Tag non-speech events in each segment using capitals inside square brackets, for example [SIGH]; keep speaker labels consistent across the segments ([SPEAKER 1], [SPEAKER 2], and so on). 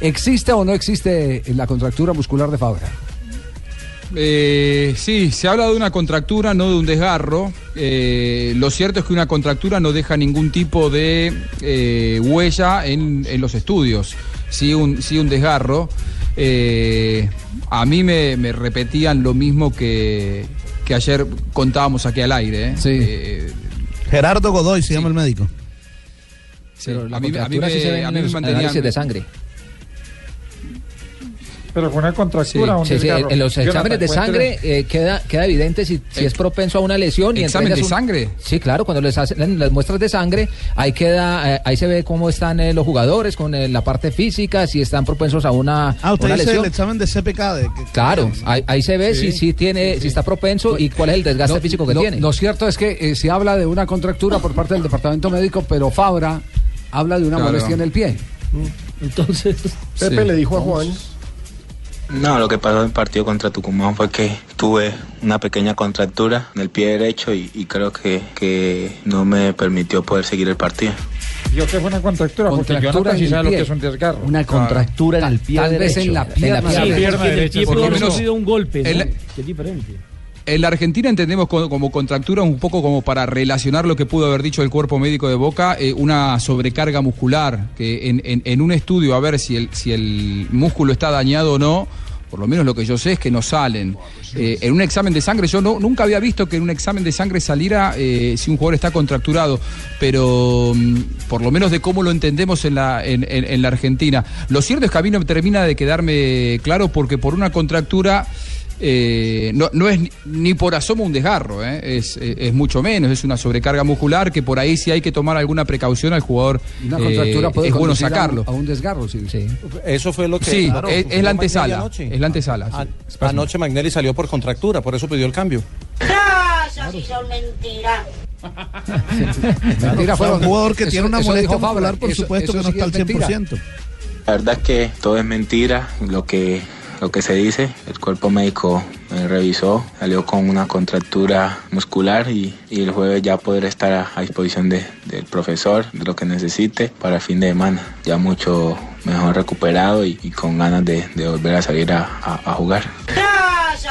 [SPEAKER 1] ¿Existe o no existe eh, la contractura muscular de Fabra?
[SPEAKER 2] Eh, sí, se habla de una contractura, no de un desgarro. Eh, lo cierto es que una contractura no deja ningún tipo de eh, huella en, en, los estudios, sí un, sí un desgarro. Eh, a mí me, me, repetían lo mismo que, que, ayer contábamos aquí al aire. ¿eh?
[SPEAKER 3] Sí. Gerardo Godoy se sí. llama el médico.
[SPEAKER 2] Sí, Pero la a, mí, a mí, me, sí se a mí me mantenían...
[SPEAKER 4] de sangre
[SPEAKER 5] pero fue una
[SPEAKER 2] Ah,
[SPEAKER 5] contractura.
[SPEAKER 4] Sí, sí, sí, en los exámenes de sangre eh, queda, queda evidente si, si es propenso a una lesión.
[SPEAKER 2] y ¿Examen de un... sangre?
[SPEAKER 4] Sí, claro, cuando les hacen las muestras de sangre, ahí, queda, eh, ahí se ve cómo están eh, los jugadores con la parte física, si están propensos a una,
[SPEAKER 3] ah, usted
[SPEAKER 4] una
[SPEAKER 3] dice lesión. el examen de CPK. De,
[SPEAKER 4] que, claro, ahí, ahí, se ve si, si, tiene, si está propenso y cuál es el desgaste
[SPEAKER 1] no,
[SPEAKER 4] físico que
[SPEAKER 1] no,
[SPEAKER 4] tiene.
[SPEAKER 1] Lo cierto es que eh, se habla de una contractura por parte del departamento médico, pero Fabra habla de una claro. molestia en el pie.
[SPEAKER 5] Entonces, Pepe le dijo vamos. a Juan.
[SPEAKER 6] No, lo que pasó en el partido contra Tucumán fue que tuve una pequeña contractura en el pie derecho y, y creo que, que, no me permitió poder seguir el partido.
[SPEAKER 5] Yo que fue una contractura, contractura porque yo no sí sé lo que es un desgarro.
[SPEAKER 4] Una contractura claro. en el pie
[SPEAKER 1] Tal
[SPEAKER 4] derecho.
[SPEAKER 1] vez en la pierna,
[SPEAKER 7] en la pierna, sí, pierna derecha. Por lo menos ha sido un golpe, ¿no?
[SPEAKER 2] el... Qué diferente. En la Argentina entendemos como, contractura un poco como para relacionar lo que pudo haber dicho el cuerpo médico de Boca, eh, una sobrecarga muscular, que en, en, en, un estudio a ver si el, si el músculo está dañado o no, por lo menos lo que yo sé es que no salen. Eh, en un examen de sangre, yo no, nunca había visto que en un examen de sangre saliera eh, si un jugador está contracturado, pero um, por lo menos de cómo lo entendemos en la, en, en, en la Argentina. Lo cierto es que a mí no termina de quedarme claro porque por una contractura... Eh, no, no, es ni por asomo un desgarro, eh. es, es, es, mucho menos, es una sobrecarga muscular que por ahí si hay que tomar alguna precaución al jugador
[SPEAKER 1] una contractura eh, puede
[SPEAKER 2] es bueno sacarlo.
[SPEAKER 1] A un desgarro, sí. sí.
[SPEAKER 8] Eso fue lo que...
[SPEAKER 2] Sí, claro, es, es, la antesala. Anoche. Es la antesala.
[SPEAKER 8] A, sí. a, anoche Magnelli salió por contractura, por eso pidió el cambio.
[SPEAKER 9] ¡Ah, sí son mentiras!
[SPEAKER 3] mentira, fue un jugador que eso, tiene una molestia popular, por eso, supuesto eso que no está al 100%. Mentira.
[SPEAKER 6] La verdad es que todo es mentira, lo que lo que se dice. El cuerpo médico me revisó, salió con una contractura muscular y, y el jueves ya podré estar a, a disposición de, del profesor, de lo que necesite para el fin de semana. Ya mucho mejor recuperado y, y con ganas de, de, volver a salir a, a, a jugar.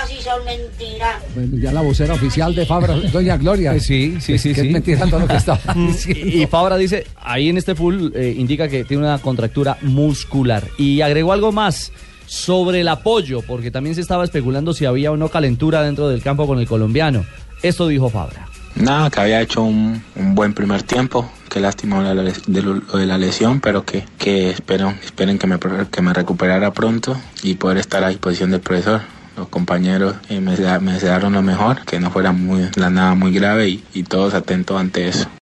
[SPEAKER 9] Sí son mentiras.
[SPEAKER 1] Bueno, ya la vocera oficial de Fabra, doña Gloria.
[SPEAKER 10] Sí, sí, sí.
[SPEAKER 1] Que
[SPEAKER 10] sí.
[SPEAKER 1] Es mentira todo lo que está
[SPEAKER 10] [LAUGHS] y, y Fabra dice, ahí en este full eh, indica que tiene una contractura muscular. Y agregó algo más sobre el apoyo, porque también se estaba especulando si había o no calentura dentro del campo con el colombiano. Esto dijo Fabra.
[SPEAKER 6] Nada, que había hecho un, un buen primer tiempo. Qué lástima lo de la lesión, pero que, que espero, esperen que me, que me recuperara pronto y poder estar a disposición del profesor. Los compañeros eh, me, me desearon lo mejor, que no fuera muy, la nada muy grave y, y todos atentos ante eso.